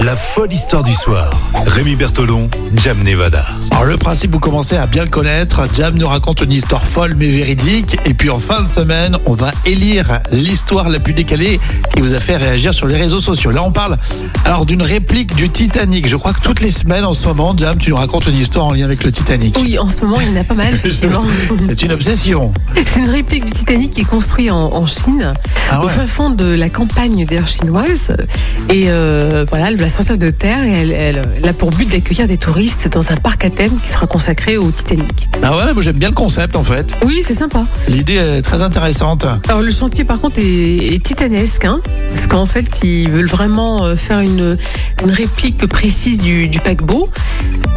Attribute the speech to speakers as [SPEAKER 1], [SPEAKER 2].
[SPEAKER 1] La folle histoire du soir. Rémi Bertolon, Jam Nevada.
[SPEAKER 2] Alors le principe, vous commencez à bien le connaître. Jam nous raconte une histoire folle mais véridique. Et puis en fin de semaine, on va élire l'histoire la plus décalée qui vous a fait réagir sur les réseaux sociaux. Là, on parle alors d'une réplique du Titanic. Je crois que toutes les semaines en ce moment, Jam, tu nous racontes une histoire en lien avec le Titanic.
[SPEAKER 3] Oui, en ce moment, il y en a pas mal. effectivement.
[SPEAKER 2] C'est une obsession.
[SPEAKER 3] C'est une réplique du Titanic qui est construite en, en Chine,
[SPEAKER 2] Ah
[SPEAKER 3] au
[SPEAKER 2] ouais.
[SPEAKER 3] fin fond de la campagne d'air chinoise. Et euh, voilà, elle va sortir de terre et elle, elle- elle a pour but d'accueillir des touristes dans un parc à thème qui sera consacré au Titanic.
[SPEAKER 2] Ah ouais, moi j'aime bien le concept en fait.
[SPEAKER 3] Oui, c'est sympa.
[SPEAKER 2] L'idée est très intéressante.
[SPEAKER 3] Alors le chantier par contre est, est titanesque, hein, parce qu'en fait ils veulent vraiment euh, faire une, une réplique précise du, du paquebot.